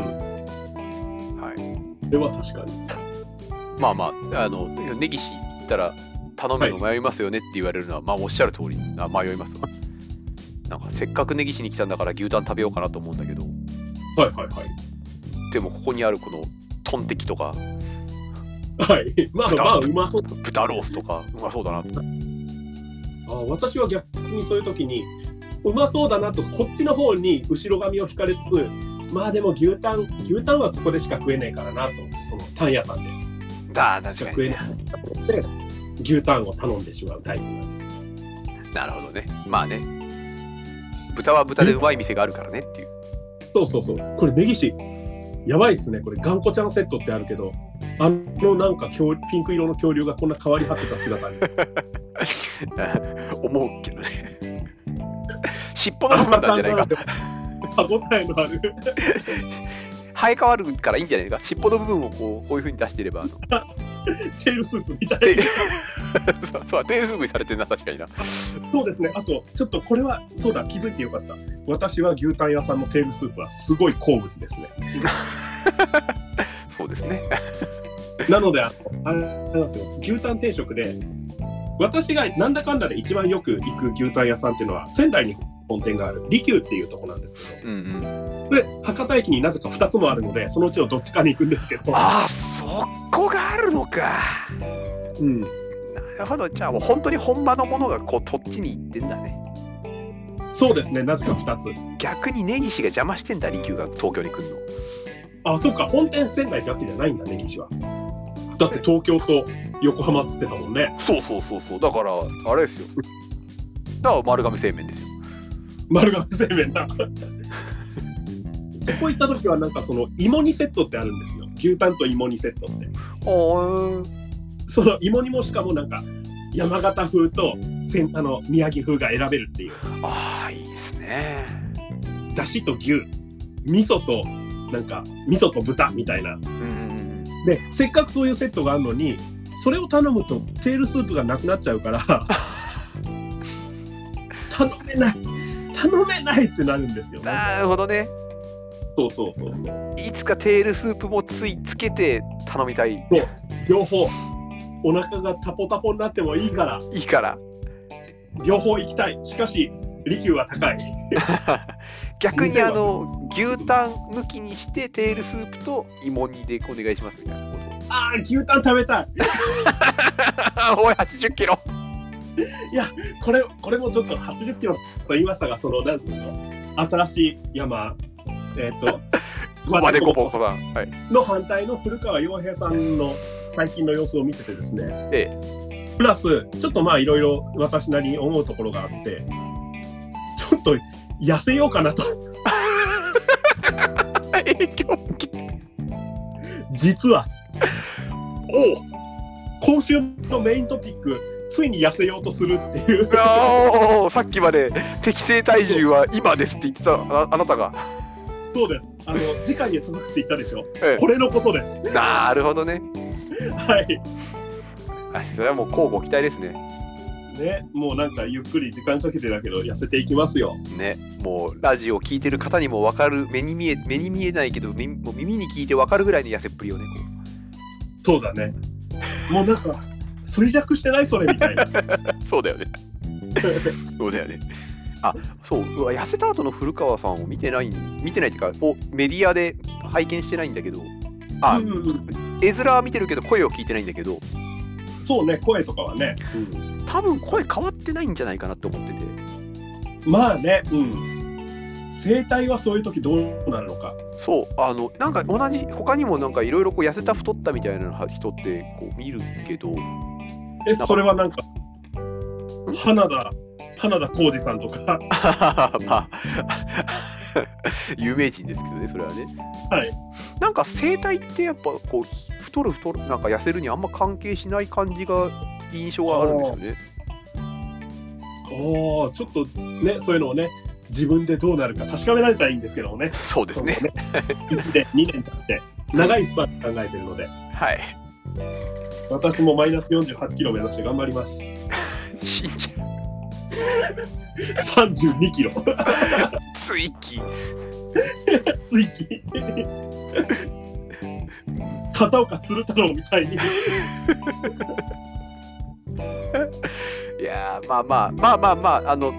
Speaker 1: はい、
Speaker 2: では確かに
Speaker 1: まあまああの根岸行ったら頼むの迷いますよねって言われるのは、まあおっしゃる通りな迷いますわなんかせっかく根岸に来たんだから牛タン食べようかなと思うんだけど
Speaker 2: はいはいはい
Speaker 1: でもここにあるこのトンテキとか
Speaker 2: はい。 まあまあ、うまそう。
Speaker 1: 豚ロースとかうまそうだなと
Speaker 2: あ私は逆にそういう時に、うまそうだなと、こっちの方に後ろ髪を引かれつつ、まあでも牛タン、牛タンはここでしか食えないからなと、そのパン屋さんで
Speaker 1: だあ確
Speaker 2: しか
Speaker 1: か
Speaker 2: 食
Speaker 1: に
Speaker 2: えないで、牛タンを頼んでしまうタイプなんです。
Speaker 1: なるほどねまあね豚は豚でうまい店があるからねっていう
Speaker 2: そうそうそう。これ、根岸、やばいっすね。これ、頑固ちゃんセットってあるけど、あのなんか恐ピンク色の恐竜がこんな変わり果てた姿に。
Speaker 1: 思うけどね尻尾の部分なん じゃないか
Speaker 2: 歯応えのある。
Speaker 1: 生え変わるからいいんじゃないか尻尾の部分をこうこういうふうに出していればあの
Speaker 2: テールスープみたいな
Speaker 1: で そうそう手結びされてるな確かにな
Speaker 2: そうですね。あと、ちょっとこれは、そうだ、気づいてよかった。私は牛タン屋さんのテールスープはすごい好物ですね。
Speaker 1: そうですね
Speaker 2: なので、あのあれなんですよ、牛タン定食で、私がなんだかんだで一番よく行く牛タン屋さんっていうのは、仙台に本店がある、利休っていうとこなんですけ
Speaker 1: うんうん
Speaker 2: ど、これ、博多駅になぜか2つもあるので、そのうちのどっちかに行くんですけど、
Speaker 1: ああそこがあるのか
Speaker 2: うん、
Speaker 1: なるほどじゃあもう本当に本場のものがこうとっちに行ってんだね
Speaker 2: そうですね、なぜか2つ。
Speaker 1: 逆に根岸が邪魔してんだ利休が東京に来るの
Speaker 2: あ、そっか、本店仙台だけじゃないんだね、西は。だって東京と横浜っつってたもんね。
Speaker 1: そうそうそうそうだからあれですよだから丸亀製麺ですよ
Speaker 2: 丸亀製麺だ。そこ行った時はなんかその芋煮セットってあるんですよ牛タンと芋煮セットって
Speaker 1: おー
Speaker 2: その芋煮もしかもなんか山形風とせんあの宮城風が選べるっていう
Speaker 1: あーいいですね
Speaker 2: だしと牛味噌となんか味噌と豚みたいな
Speaker 1: うんうんうん
Speaker 2: でせっかくそういうセットがあるのにそれを頼むとテールスープがなくなっちゃうから 頼めない頼めないってなるんですよね
Speaker 1: なるほどね
Speaker 2: そうそうそうそう
Speaker 1: いつかテールスープもついつけて頼みたい
Speaker 2: 両方お腹がタポタポになってもいいから
Speaker 1: いいから
Speaker 2: 両方行きたいしかし利休は高い
Speaker 1: 逆にあの牛タン抜きにしてテールスープと芋煮でお願いしますみたいなこ
Speaker 2: あー牛タン食べたい
Speaker 1: とおい8 0キロ
Speaker 2: これこれもちょっと80キロと言いましたがそのなんつうの新しい山えっ、 と
Speaker 1: までこぼこさんはい
Speaker 2: の反対の古川洋平さんの最近の様子を見ててですね、
Speaker 1: え
Speaker 2: プラスちょっとまあいろいろ私なりに思うところがあってちょっと痩せようかなと
Speaker 1: 影響を受け
Speaker 2: 実は
Speaker 1: おう
Speaker 2: 今週のメイントピックついに痩せようとするっていう
Speaker 1: あーさっきまで適正体重は今ですって言ってたああなたが、
Speaker 2: そうですあの次回へ続くって言ったでしょ
Speaker 1: え
Speaker 2: これのことです
Speaker 1: え、なるほどね
Speaker 2: はい
Speaker 1: あそれはもう交互期待ですね
Speaker 2: ねね、もうなんかゆっくり時間かけてだけど痩せていきますよ。
Speaker 1: ねもうラジオ聞いてる方にも分かる目に見え目に見えないけど耳もう耳に聞いて分かるぐらいの痩せっぷりよねこ
Speaker 2: そうだね。もうなんか衰弱してないそれみたいな。
Speaker 1: うそう だよねそうだよねあそううわ痩せた後の古川さんを見てない見てないっていうかおメディアで拝見してないんだけど あ、
Speaker 2: うんうんうん
Speaker 1: 絵面は見てるけど声を聞いてないんだけど
Speaker 2: そうね、声とかはね。
Speaker 1: 多分声変わってないんじゃないかなって思ってて
Speaker 2: まあね、うん。声帯はそういう時どうなるのか。
Speaker 1: そうあのなんか同じ他にもなんかいろいろこう痩せた太ったみたいなは人ってこう見るけど
Speaker 2: え、
Speaker 1: か
Speaker 2: それはなんか、花田、花田浩二さんと か、
Speaker 1: まあ 有名人ですけどねそれはね
Speaker 2: はい
Speaker 1: なんか生態ってやっぱこうひ太る太るなんか痩せるにあんま関係しない感じが印象があるんですよね
Speaker 2: おーちょっとね、そういうのをね、自分でどうなるか確かめられたらいいんですけどもね。
Speaker 1: そうですね
Speaker 2: 1年、2年経って、長いスパンで考えてるので、
Speaker 1: はい
Speaker 2: 私もマイナス48キロ目指して頑張ります。
Speaker 1: 死んじゃう
Speaker 2: 32キロ、
Speaker 1: 追記
Speaker 2: 追 記。片岡鶴太郎みたいに。
Speaker 1: いやーまあまあまあまあまああの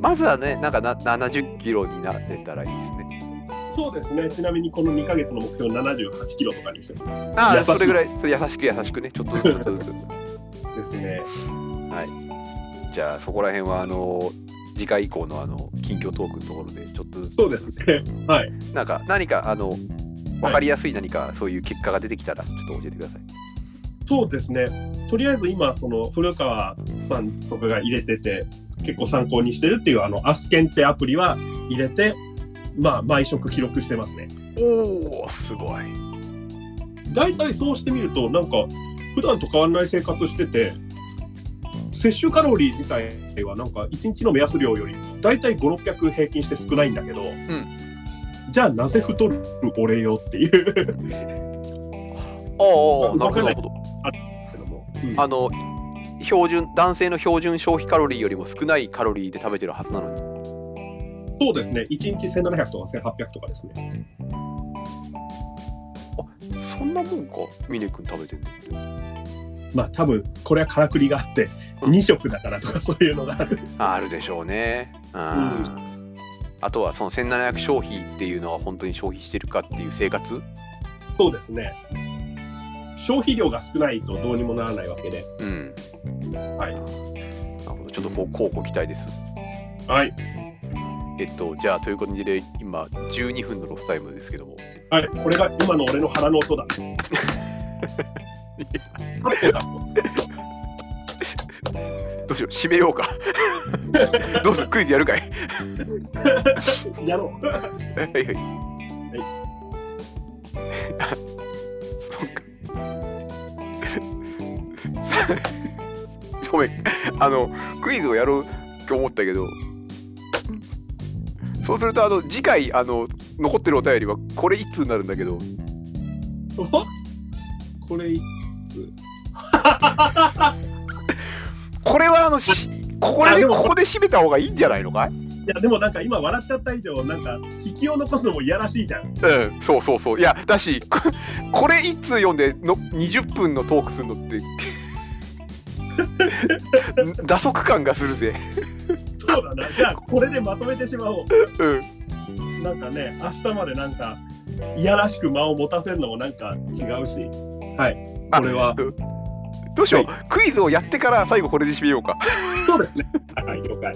Speaker 1: まずはねなんかな70キロになれたらいいですね
Speaker 2: そうですね。ちなみにこの2ヶ月の目標78キロとかにしてま
Speaker 1: あ
Speaker 2: 優
Speaker 1: あ
Speaker 2: しい
Speaker 1: それぐらいそれ優しく優しくねちょっとずつちょっとずつ
Speaker 2: すですね。
Speaker 1: じゃあそこら辺はあの次回以降のあの近況トークのところでちょっとずつ
Speaker 2: そうですね。 はい。
Speaker 1: なんか何かあの分かりやすい何かそういう結果が出てきたらちょっと教えてください。
Speaker 2: そうですね。とりあえず今その古川さんとかが入れてて結構参考にしてるっていうあのアスケンってアプリは入れて。まあ、毎食記録してますね。
Speaker 1: おおすごい。
Speaker 2: 大体そうしてみると、なんか、普段と変わらない生活してて、摂取カロリー自体は、なんか、1日の目安量より、大体5、600平均して少ないんだけど、じゃあ、なぜ太る俺よっていう。
Speaker 1: おーおーなるほどなるほど。
Speaker 2: けども、あ
Speaker 1: あの標準男性の標準消費カロリーよりも少ないカロリーで食べてるはずなのに。
Speaker 2: そうですね、1日1700とか1800とかですね。
Speaker 1: そんなもんかミネ君食べてるのって。
Speaker 2: まあ、多分これはからくりがあって、
Speaker 1: うん
Speaker 2: 2食だからとかそういうのがある。
Speaker 1: あるでしょうね。うん。あとはその1700消費っていうのは本当に消費してるかっていう生活。
Speaker 2: そうですね。消費量が少ないとどうにもならないわけで。
Speaker 1: うん。
Speaker 2: はい
Speaker 1: なるほど。ちょっとこうこうご期待です。
Speaker 2: はい。
Speaker 1: えっと、じゃあ、ということで、今、12分のロスタイムですけども。
Speaker 2: はい。これが今の俺の腹の音だ。 タコだ
Speaker 1: どうしよう、締めようか。 どうするクイズやるかい
Speaker 2: やろう。
Speaker 1: はいはい。 そうか。 ごめん、あの、クイズをやろうって思ったけど、そうすると、あの、次回、あの、残ってるお便りは、これ一通になるんだけど、
Speaker 2: おこれ一つ。
Speaker 1: これは、あの、しここ
Speaker 2: あ
Speaker 1: で、
Speaker 2: でも
Speaker 1: ここで締めた方がいいんじゃないのかい
Speaker 2: いや、でもなんか今笑っちゃった以上、なんか引きを残すのもいやらしいじゃん。
Speaker 1: うん、そうそうそういやだしここれ一通読んでの20分のトークするのって打足感がするぜ、
Speaker 2: そうだな。じゃあ、これでまとめてしまおう。
Speaker 1: うん、
Speaker 2: なんかね、明日までなんか、いやらしく間を持たせるのもなんか違うし、はい、
Speaker 1: あ
Speaker 2: これは。
Speaker 1: どどうしよう、クイズをやってから最後これで締めようか
Speaker 2: そうですね。はい、了解。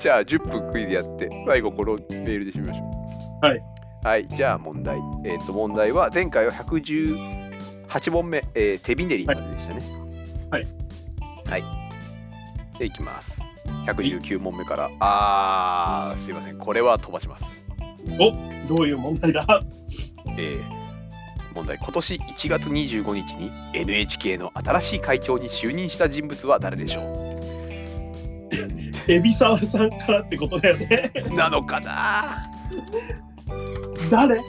Speaker 1: じゃあ10分クイズやって最後このメールで締めましょう
Speaker 2: はい、
Speaker 1: はい、じゃあ問題えっ、と問題は前回は118問目、えー手びねりまででしたね
Speaker 2: はい
Speaker 1: はい、でいきます119問目からあーすいませんこれは飛ばします
Speaker 2: どういう問題だ
Speaker 1: えー問題今年1月25日に NHK の新しい会長に就任した人物は誰でしょ
Speaker 2: エビサワさんからってことだよね。
Speaker 1: うなのかな、
Speaker 2: 誰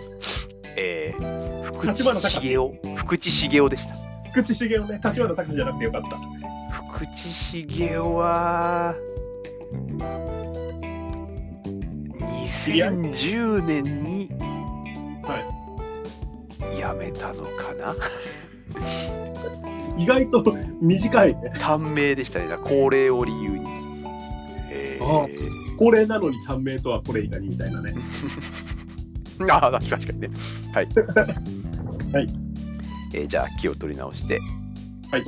Speaker 1: えー福
Speaker 2: 立花
Speaker 1: 地
Speaker 2: 隆
Speaker 1: 茂雄福地茂雄でした
Speaker 2: 口茂雄ね、立花隆じゃなくてよかった。
Speaker 1: 福口茂雄は2010年に
Speaker 2: は
Speaker 1: 辞めたのかな
Speaker 2: い、意外と短いね
Speaker 1: 短命でしたねだから高齢を理由にえ
Speaker 2: あ
Speaker 1: ー、
Speaker 2: これなのに短命とはこれ以外にみたいなね
Speaker 1: ああ確かにねはい
Speaker 2: はい、
Speaker 1: えーじゃあ気を取り直して
Speaker 2: はい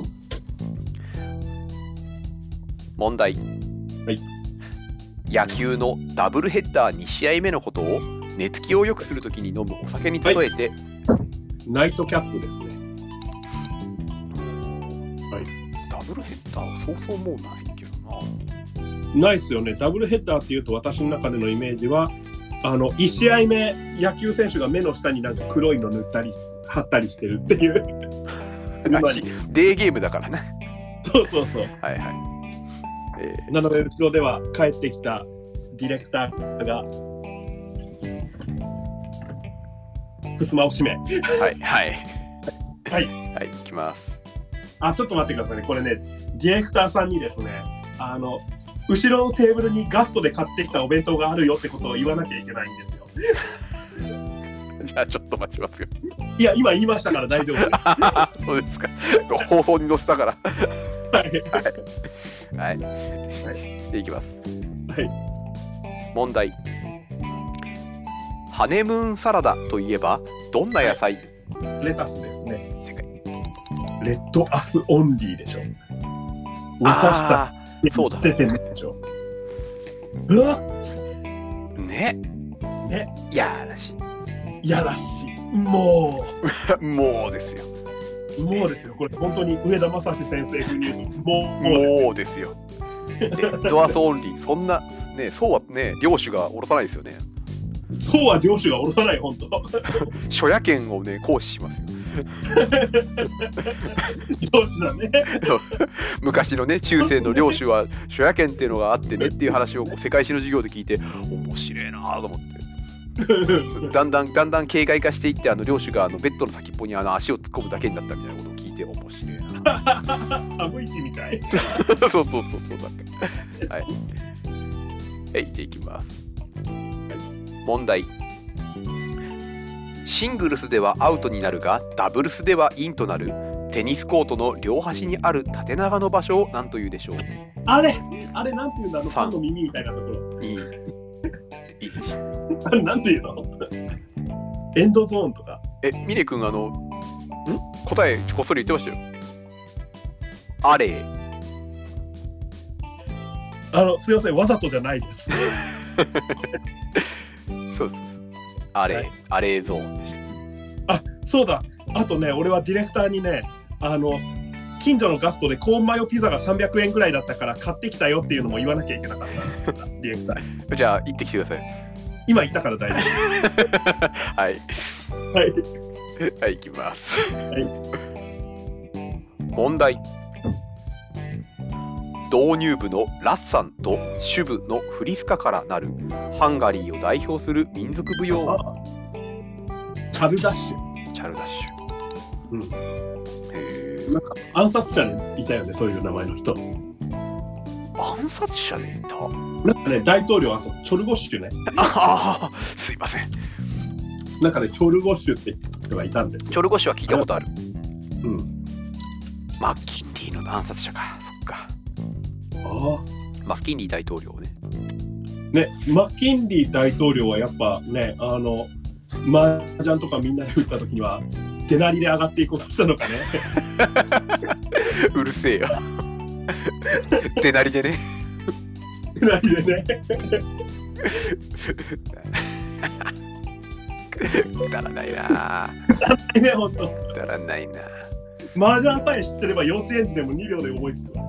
Speaker 1: 問題
Speaker 2: はい
Speaker 1: 野球のダブルヘッダー2試合目のことを寝つきを良くするときに飲むお酒に例えて、
Speaker 2: ナイトキャップですね
Speaker 1: ダブルヘッダーはそうそうもうないけどな
Speaker 2: ないっすよねダブルヘッダーっていうと私の中でのイメージはあの1試合目野球選手が目の下になんか黒いの塗ったり貼ったりしてるっていう 今に
Speaker 1: デーゲームだからね
Speaker 2: そうそうそう
Speaker 1: はいはいえ
Speaker 2: なので後ろでは帰ってきたディレクターが襖を閉め
Speaker 1: ーはいはい
Speaker 2: はい
Speaker 1: はいいきます
Speaker 2: あ、ちょっと待ってくださいね。これね、ディレクターさんにですね、あの、後ろのテーブルにガストで買ってきたお弁当があるよってことを言わなきゃいけないんですよ。
Speaker 1: じゃあちょっと待ちますよ
Speaker 2: いや、今言いましたから大丈夫で す。
Speaker 1: そうですか放送に載せたから
Speaker 2: はい
Speaker 1: はい。
Speaker 2: は
Speaker 1: でいきます。
Speaker 2: はい。
Speaker 1: 問題。ハネムーンサラダといえばどんな野菜？
Speaker 2: レタスですね。
Speaker 1: 世界。
Speaker 2: レッドアスオンリーでしょ。私た
Speaker 1: あ
Speaker 2: ち
Speaker 1: そうだ
Speaker 2: 捨ててねでしょ。うわ
Speaker 1: ーね。
Speaker 2: ね。
Speaker 1: いやらし
Speaker 2: いやらしい。も
Speaker 1: い。 もうですよ。
Speaker 2: う、もうですよ。これ本当に上田正史先生風に言うと、もう、もうです
Speaker 1: もうですよ。レッドアスオンリー。そんなね、そうはね、領主が下ろさないですよね。
Speaker 2: そうは領主が下ろさない、本当。
Speaker 1: 所野権をね、行使しますよ。
Speaker 2: 領主だね。
Speaker 1: 昔のね、中世の領主は所野権っていうのがあってねっていう話をこう世界史の授業で聞いて、面白いなぁと思って。だんだんだんだん形骸化していってあの領主があのベッドの先っぽにあの足を突っ込むだけになったみたいなことを聞いて面白いな
Speaker 2: 寒い日みたい。
Speaker 1: そうそうそうそうなんかはいはいじゃあいきます問題シングルスではアウトになるがダブルスではインとなるテニスコートの両端にある縦長の場所を何というでしょう
Speaker 2: あれあれなんていうんだあの
Speaker 1: さ
Speaker 2: パ
Speaker 1: ん
Speaker 2: ンの耳みたいなところ。
Speaker 1: いいいい
Speaker 2: あれなんていうのエンドゾーンとか。
Speaker 1: えミネ君あのん答えこっそり言ってましたよあれ
Speaker 2: あの、すいません、わざとじゃないです。
Speaker 1: そうそうそう。あれ、
Speaker 2: はい
Speaker 1: あれゾーンでし
Speaker 2: あ、そうだ。あとね、俺はディレクターにね、あの、近所のガストでコーンマヨピザが300円ぐらいだったから買ってきたよっていうのも言わなきゃいけなかった。ディレクターに。
Speaker 1: た。じゃあ、行ってきてください。
Speaker 2: 今言ったから大丈
Speaker 1: はい。
Speaker 2: 夫。はい。
Speaker 1: はい、行きます。
Speaker 2: い
Speaker 1: 問題。導入部のラッサンと主部のフリスカからなるハンガリーを代表する民族舞踊
Speaker 2: チャルダッシュ。
Speaker 1: チャルダッシュ。
Speaker 2: うん
Speaker 1: へ
Speaker 2: なんか暗殺者にいたよね、そういう名前の人。
Speaker 1: ー暗殺者でいた
Speaker 2: なんかね、大統領暗殺、チョルゴッシュね。
Speaker 1: ああすいませんチ
Speaker 2: なんかね、チョルゴッシュって人がいたんです
Speaker 1: ョ
Speaker 2: よ。
Speaker 1: ルゴ氏は聞いたことある
Speaker 2: うん。
Speaker 1: マッキンリーの暗殺者かそっか
Speaker 2: あ
Speaker 1: マッキンリー大統領ね
Speaker 2: あね、マッキンリー大統領はやっぱね、あの、麻雀とかみんなで打った時には、手なりで上がっていこうとしたのかね。
Speaker 1: うるせえよ。手なりでね。
Speaker 2: 手なりでね。
Speaker 1: くだらないな。
Speaker 2: ね、ほんと。
Speaker 1: くだらないな。
Speaker 2: 麻雀さえ知ってれば幼稚園児でも2秒で思いつくわ。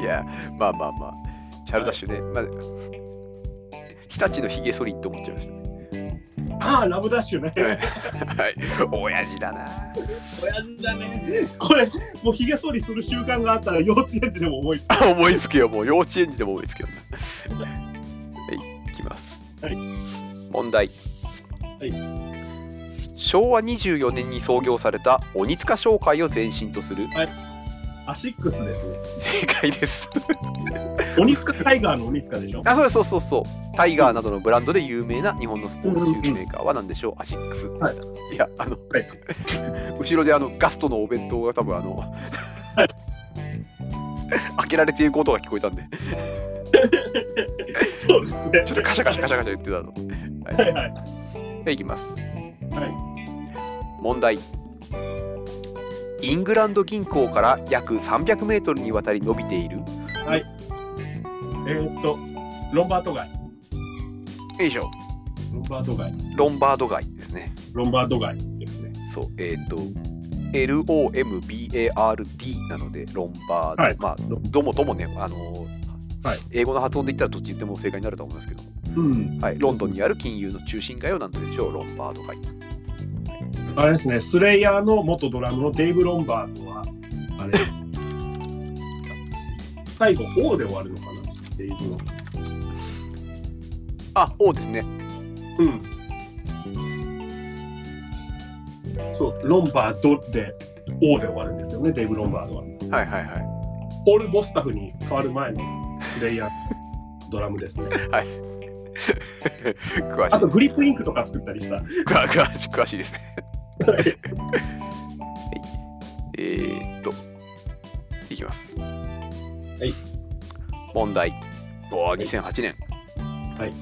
Speaker 1: いや、まあまあまあ。シャルダッシュね。まあ、日立のヒゲ剃りって思っちゃいましたね。
Speaker 2: ああ、ラブダッシュね。
Speaker 1: はい。親父だな。
Speaker 2: 親父だね。これ、もうひげ剃りする習慣があったら幼稚園児でも思いつく。
Speaker 1: 思いつけよ。もう幼稚園児でも思いつけよ。はい、いきます。
Speaker 2: はい
Speaker 1: 問題。
Speaker 2: はい
Speaker 1: 昭和24年に創業された鬼塚商会を前身とする
Speaker 2: あアシックスですね。
Speaker 1: 正解です。
Speaker 2: 鬼塚タイガーの鬼塚でしょ
Speaker 1: あ、そうですそうそうそう。タイガーなどのブランドで有名な日本のスポーツシューズメーカーは何でしょうアシックス。、
Speaker 2: はい
Speaker 1: や、あの、
Speaker 2: はい
Speaker 1: 後ろであのガストのお弁当が多分あの、開けられている音が聞こえたんで、
Speaker 2: そうですね。
Speaker 1: ちょっとカシャカシャカシャカシャ言ってたの。
Speaker 2: はいはい。
Speaker 1: はい、いきます。
Speaker 2: は
Speaker 1: 問題イングランド銀行から約300メートルにわたり伸びているよ
Speaker 2: い、えーっと、ロンバート街。
Speaker 1: いしょ
Speaker 2: ロンバート街。
Speaker 1: ロンバード街ですね
Speaker 2: ロンバート街ですね。
Speaker 1: そうえっ、と LOMBARD なのでロンバード、
Speaker 2: はい
Speaker 1: まあどもどもねあのー
Speaker 2: はい
Speaker 1: 英語の発音で言ったらどっち言っても正解になると思いますけど、
Speaker 2: うん。
Speaker 1: はい、ロンドンにある金融の中心街をなんというでしょうロンバード街
Speaker 2: あれですね、スレイヤーの元ドラムのデイブ・ロンバートは、あれ、 最後、O で終わるのかなデイブ・ロンバー
Speaker 1: あ O ですね
Speaker 2: ト。うん。そう、ロンバートで O で終わるんですよね、デイブ・ロンバートは。
Speaker 1: はいはいは
Speaker 2: ポール・ボスタフに変わる前のスレイヤードラムですね。
Speaker 1: い詳しい
Speaker 2: あと、グリップインクとか作ったりした。
Speaker 1: 詳詳し詳しいですね。はい、えー、っと、いきます。
Speaker 2: い
Speaker 1: 問題。おお、2008年。
Speaker 2: はい。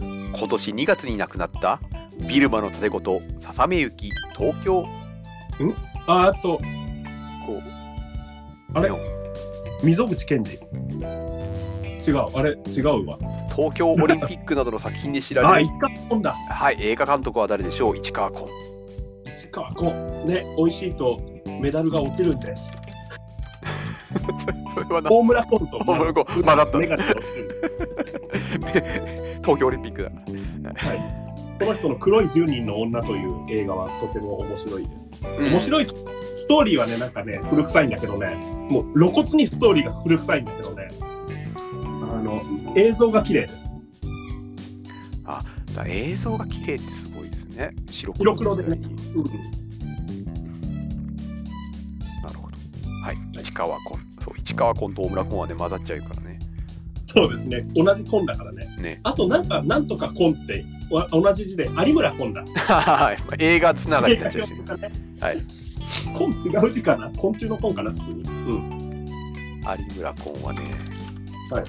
Speaker 1: 今年2月に亡くなったビルマの盾事、笹目幸、東京
Speaker 2: ああ
Speaker 1: 校。
Speaker 2: と、あれ
Speaker 1: でも
Speaker 2: 溝口健二。違う、あれ、違うわ。
Speaker 1: 東京オリンピックなどの作品で知ら
Speaker 2: あ、
Speaker 1: れる、
Speaker 2: 市川コンだ。
Speaker 1: はい、映画監督は誰でしょう市川崑。
Speaker 2: 市川コン。ね、美味しいとメダルが落ちるんです。
Speaker 1: それはな、
Speaker 2: 大村コンと。
Speaker 1: 大村コン混ざった
Speaker 2: メガネが落ちてる。
Speaker 1: 東京オリンピックだ。
Speaker 2: この人の黒い10人の女という映画はとても面白いです。面
Speaker 1: い。
Speaker 2: 白い。ストーリーはね、なんかね、古臭いんだけどね、もう露骨にストーリーが古臭いんだけどね、あの、映像が綺麗です。
Speaker 1: だから映像が綺麗ってすごいですね。白
Speaker 2: 白黒でね
Speaker 1: なるほど。はい。市川コン。そう、市川コンと大村コンはね、混ざっちゃうからね。
Speaker 2: そうですね、同じコンだからね。
Speaker 1: ね。
Speaker 2: あと、なんか、なんとかコンって、わ同じ字で、有村コンだ。
Speaker 1: はい。まあ映画つながりになっちゃうし。 はい。
Speaker 2: コン違う字かな昆虫のコンかな普通に。うん。
Speaker 1: 有村コンはね。
Speaker 2: はい。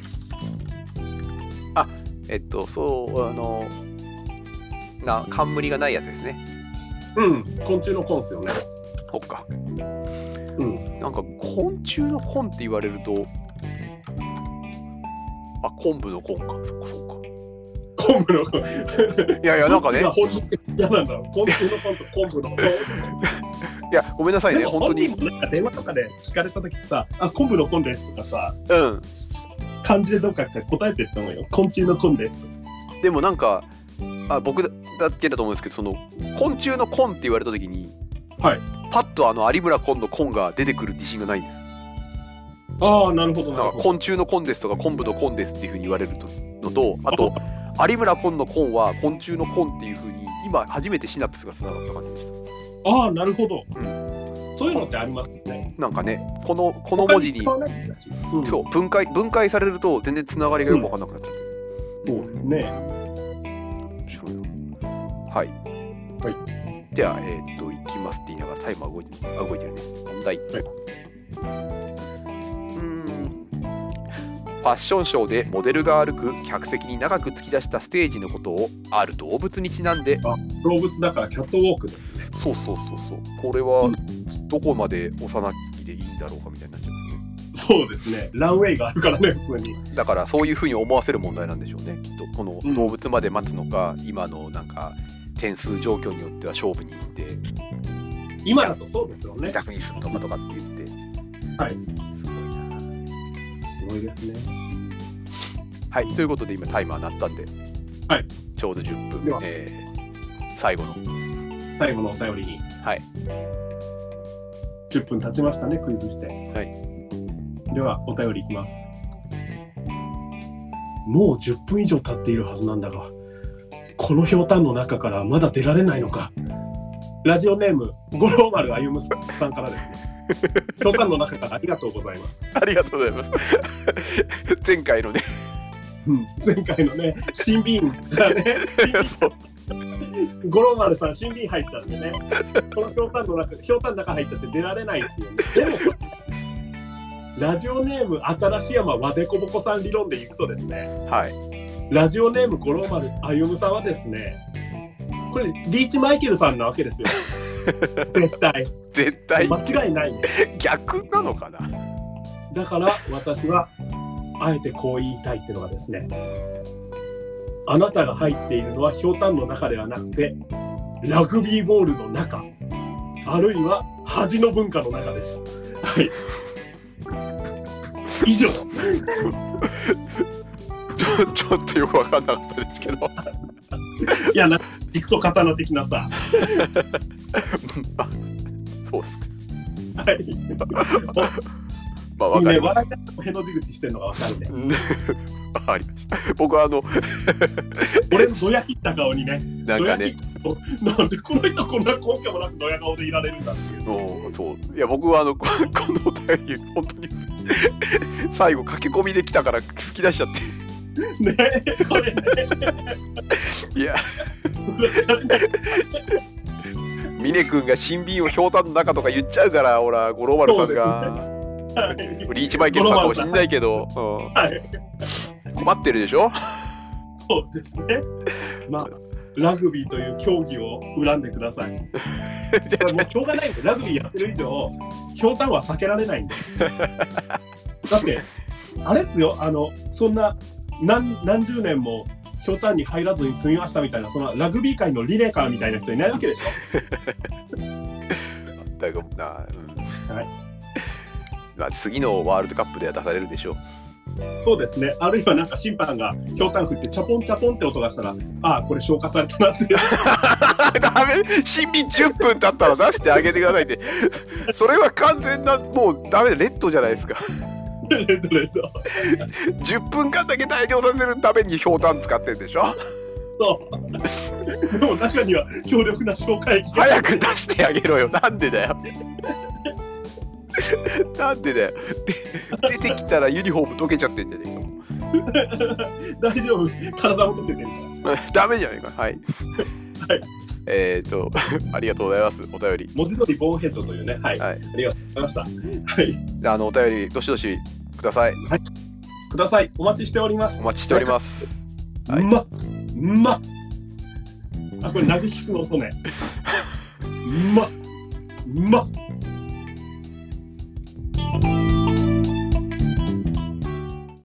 Speaker 1: あ、えっと、そう、あの、な、冠がないやつですね。
Speaker 2: うん。昆虫のコンですよね。
Speaker 1: ほっか。
Speaker 2: うん。
Speaker 1: なんか、昆虫のコンって言われると、あ、昆布のコンか。そっかそっか。
Speaker 2: 昆布のコン。
Speaker 1: いやいや、なんかね
Speaker 2: ど、 っちが本当に嫌なんだろう。昆虫のコンと昆布のコン。
Speaker 1: いや、ごめんなさい
Speaker 2: で
Speaker 1: ね、
Speaker 2: も
Speaker 1: 本当
Speaker 2: 本
Speaker 1: に
Speaker 2: 人。もなんか電話とかで聞かれた時さ、あ、昆布のコンですとかさ、
Speaker 1: うん。
Speaker 2: 漢字でどうかって答えてったのよ。昆虫のコンですとか。
Speaker 1: でもなんかあ僕だだけだと思うんですけどその昆虫の「昆」って言われた時に、
Speaker 2: はい
Speaker 1: パッとあの有村昆の「昆」が出てくる自信がないんです
Speaker 2: ああ、なるほど、
Speaker 1: なんか昆虫の「昆」ですとか昆布の「昆」ですっていうふうに言われる とのとあと有村昆の「昆」は昆虫の「昆」っていうふうに今初めてシナプスがつながった感じでし
Speaker 2: ああ、なるほど。
Speaker 1: う
Speaker 2: そういうのってありますよね。
Speaker 1: たなんかねこのこの文字に
Speaker 2: 他使わないんだしうん
Speaker 1: そう分解分解されると全然つながりがよく分かんなくなっちゃって、
Speaker 2: そうですね。
Speaker 1: 面白いなはい、はい、ではえーっといきますって言いながらタイマー動いてるあ動いてるね問題、
Speaker 2: いう
Speaker 1: ーんファッションショーでモデルが歩く客席に長く突き出したステージのことをある動物にちなんで
Speaker 2: 動物だからキャットウォークで。
Speaker 1: そうそうそうそうこれは
Speaker 2: う
Speaker 1: どこまで幼きでいいんだろうかみたいになっちゃいますね
Speaker 2: そうですね。ランウェイがあるからね、普通に。
Speaker 1: だからそういうふうに思わせる問題なんでしょうねきっとこの動物まで待つのか、今のなんか点数状況によっては勝負に行って
Speaker 2: 今だとそうですよね
Speaker 1: 自。宅に住むとかとかって言って、
Speaker 2: はい、
Speaker 1: すごいな。
Speaker 2: すごいですね。
Speaker 1: はい、ということで今タイマー鳴ったんで、
Speaker 2: はい、
Speaker 1: ちょうど10
Speaker 2: で
Speaker 1: 分
Speaker 2: は、
Speaker 1: えー最後の、
Speaker 2: 最後のお便りに
Speaker 1: はい、。
Speaker 2: 10分経ちましたね、クイズして。はいでは、お便りいきます。もう10分以上経っているはずなんだが、このひょうたんの中 からまだ出られないのか。ラジオネーム、五郎丸歩夢さんからですね。教官の中からありがとうございます。
Speaker 1: ありがとうございます 前回のね
Speaker 2: 前回のね、新瓶が ね、
Speaker 1: そう
Speaker 2: 五郎丸さん、新瓶入っちゃってね、このひょうたんの中、ひょうたんの中入っちゃって出られないっていう、ね。でも、ラジオネーム、新しい山わでこぼこさん理論でいくとですね、
Speaker 1: はい
Speaker 2: ラジオネーム、五郎丸歩さんはですね、これ、リーチマイケルさんなわけですよ。絶対。
Speaker 1: 絶対
Speaker 2: 間違いないね。
Speaker 1: 逆なのかな
Speaker 2: だから私はあえてこう言いたいってのはですねあなたが入っているのはひょうたんの中ではなくてラグビーボールの中あるいは恥の文化の中ですはい 以上
Speaker 1: ちょちょっとよく分かんなかったですけど
Speaker 2: いやな行くと刀的なさ
Speaker 1: まあそうっすか
Speaker 2: はい
Speaker 1: まあ
Speaker 2: い
Speaker 1: 分
Speaker 2: い
Speaker 1: かり
Speaker 2: ね
Speaker 1: ま
Speaker 2: 笑いながらへの字口してるのがわかるね
Speaker 1: す わかりました僕はあの
Speaker 2: 俺のドヤ切った顔にね
Speaker 1: なんかね
Speaker 2: ドヤ切った顔なんでこの人こんな根拠もなくドヤ顔でいられるんだっていう
Speaker 1: もうそういや僕はあのこ このお便り本当に 最後駆け込みできたから吹き出しちゃって
Speaker 2: ねこれね
Speaker 1: いや峰君が新瓶をひょうたんの中とか言っちゃうからほら五郎丸さんが、
Speaker 2: はい
Speaker 1: リーチマイケルさんかもしんないけど、う
Speaker 2: はい
Speaker 1: ん困ってるでしょ
Speaker 2: そうですね。まあ、ラグビーという競技を恨んでください。もうしょうがないんで、ラグビーやってる以上、ひょうたんは避けられないんで。だって、あれっすよ、あの、そんな何何十年もひょうたんに入らずに済みましたみたいな、そのラグビー界のリレーカーみたいな人いないわけでし
Speaker 1: だいぶな、うん
Speaker 2: はい
Speaker 1: まあ、次のワールドカップでは出されるでしょう
Speaker 2: ょ。そうですね、あるいはなんか審判がひょうたん振って、チャポンチャポンって音がしたら、ああ、これ消化されたなって。
Speaker 1: ダメ新品10分経ったら出してあげてくださいってそれは完全なもうダメレッドじゃないですか
Speaker 2: レッドレッド
Speaker 1: 10分間だけ大量させるためにひょうたん使ってるでしょ
Speaker 2: そう。でも中には強力な消化液が
Speaker 1: 早く出してあげろよなんでだよなんでだよで出てきたらユニフォーム溶けちゃってんじゃね
Speaker 2: 大丈夫体も溶けてるか
Speaker 1: えかダメじゃねえかはい、
Speaker 2: はい
Speaker 1: えっ、ー、とありがとうございますお便り
Speaker 2: 文字通りボーンヘッドというねはい、
Speaker 1: はい
Speaker 2: ありがとうございましたはい
Speaker 1: あのお便りどしどしください
Speaker 2: くださいお待ちしております、
Speaker 1: お待ちしておりますはいう
Speaker 2: まっうまっあこれ投げキスの音ねうまっうまっ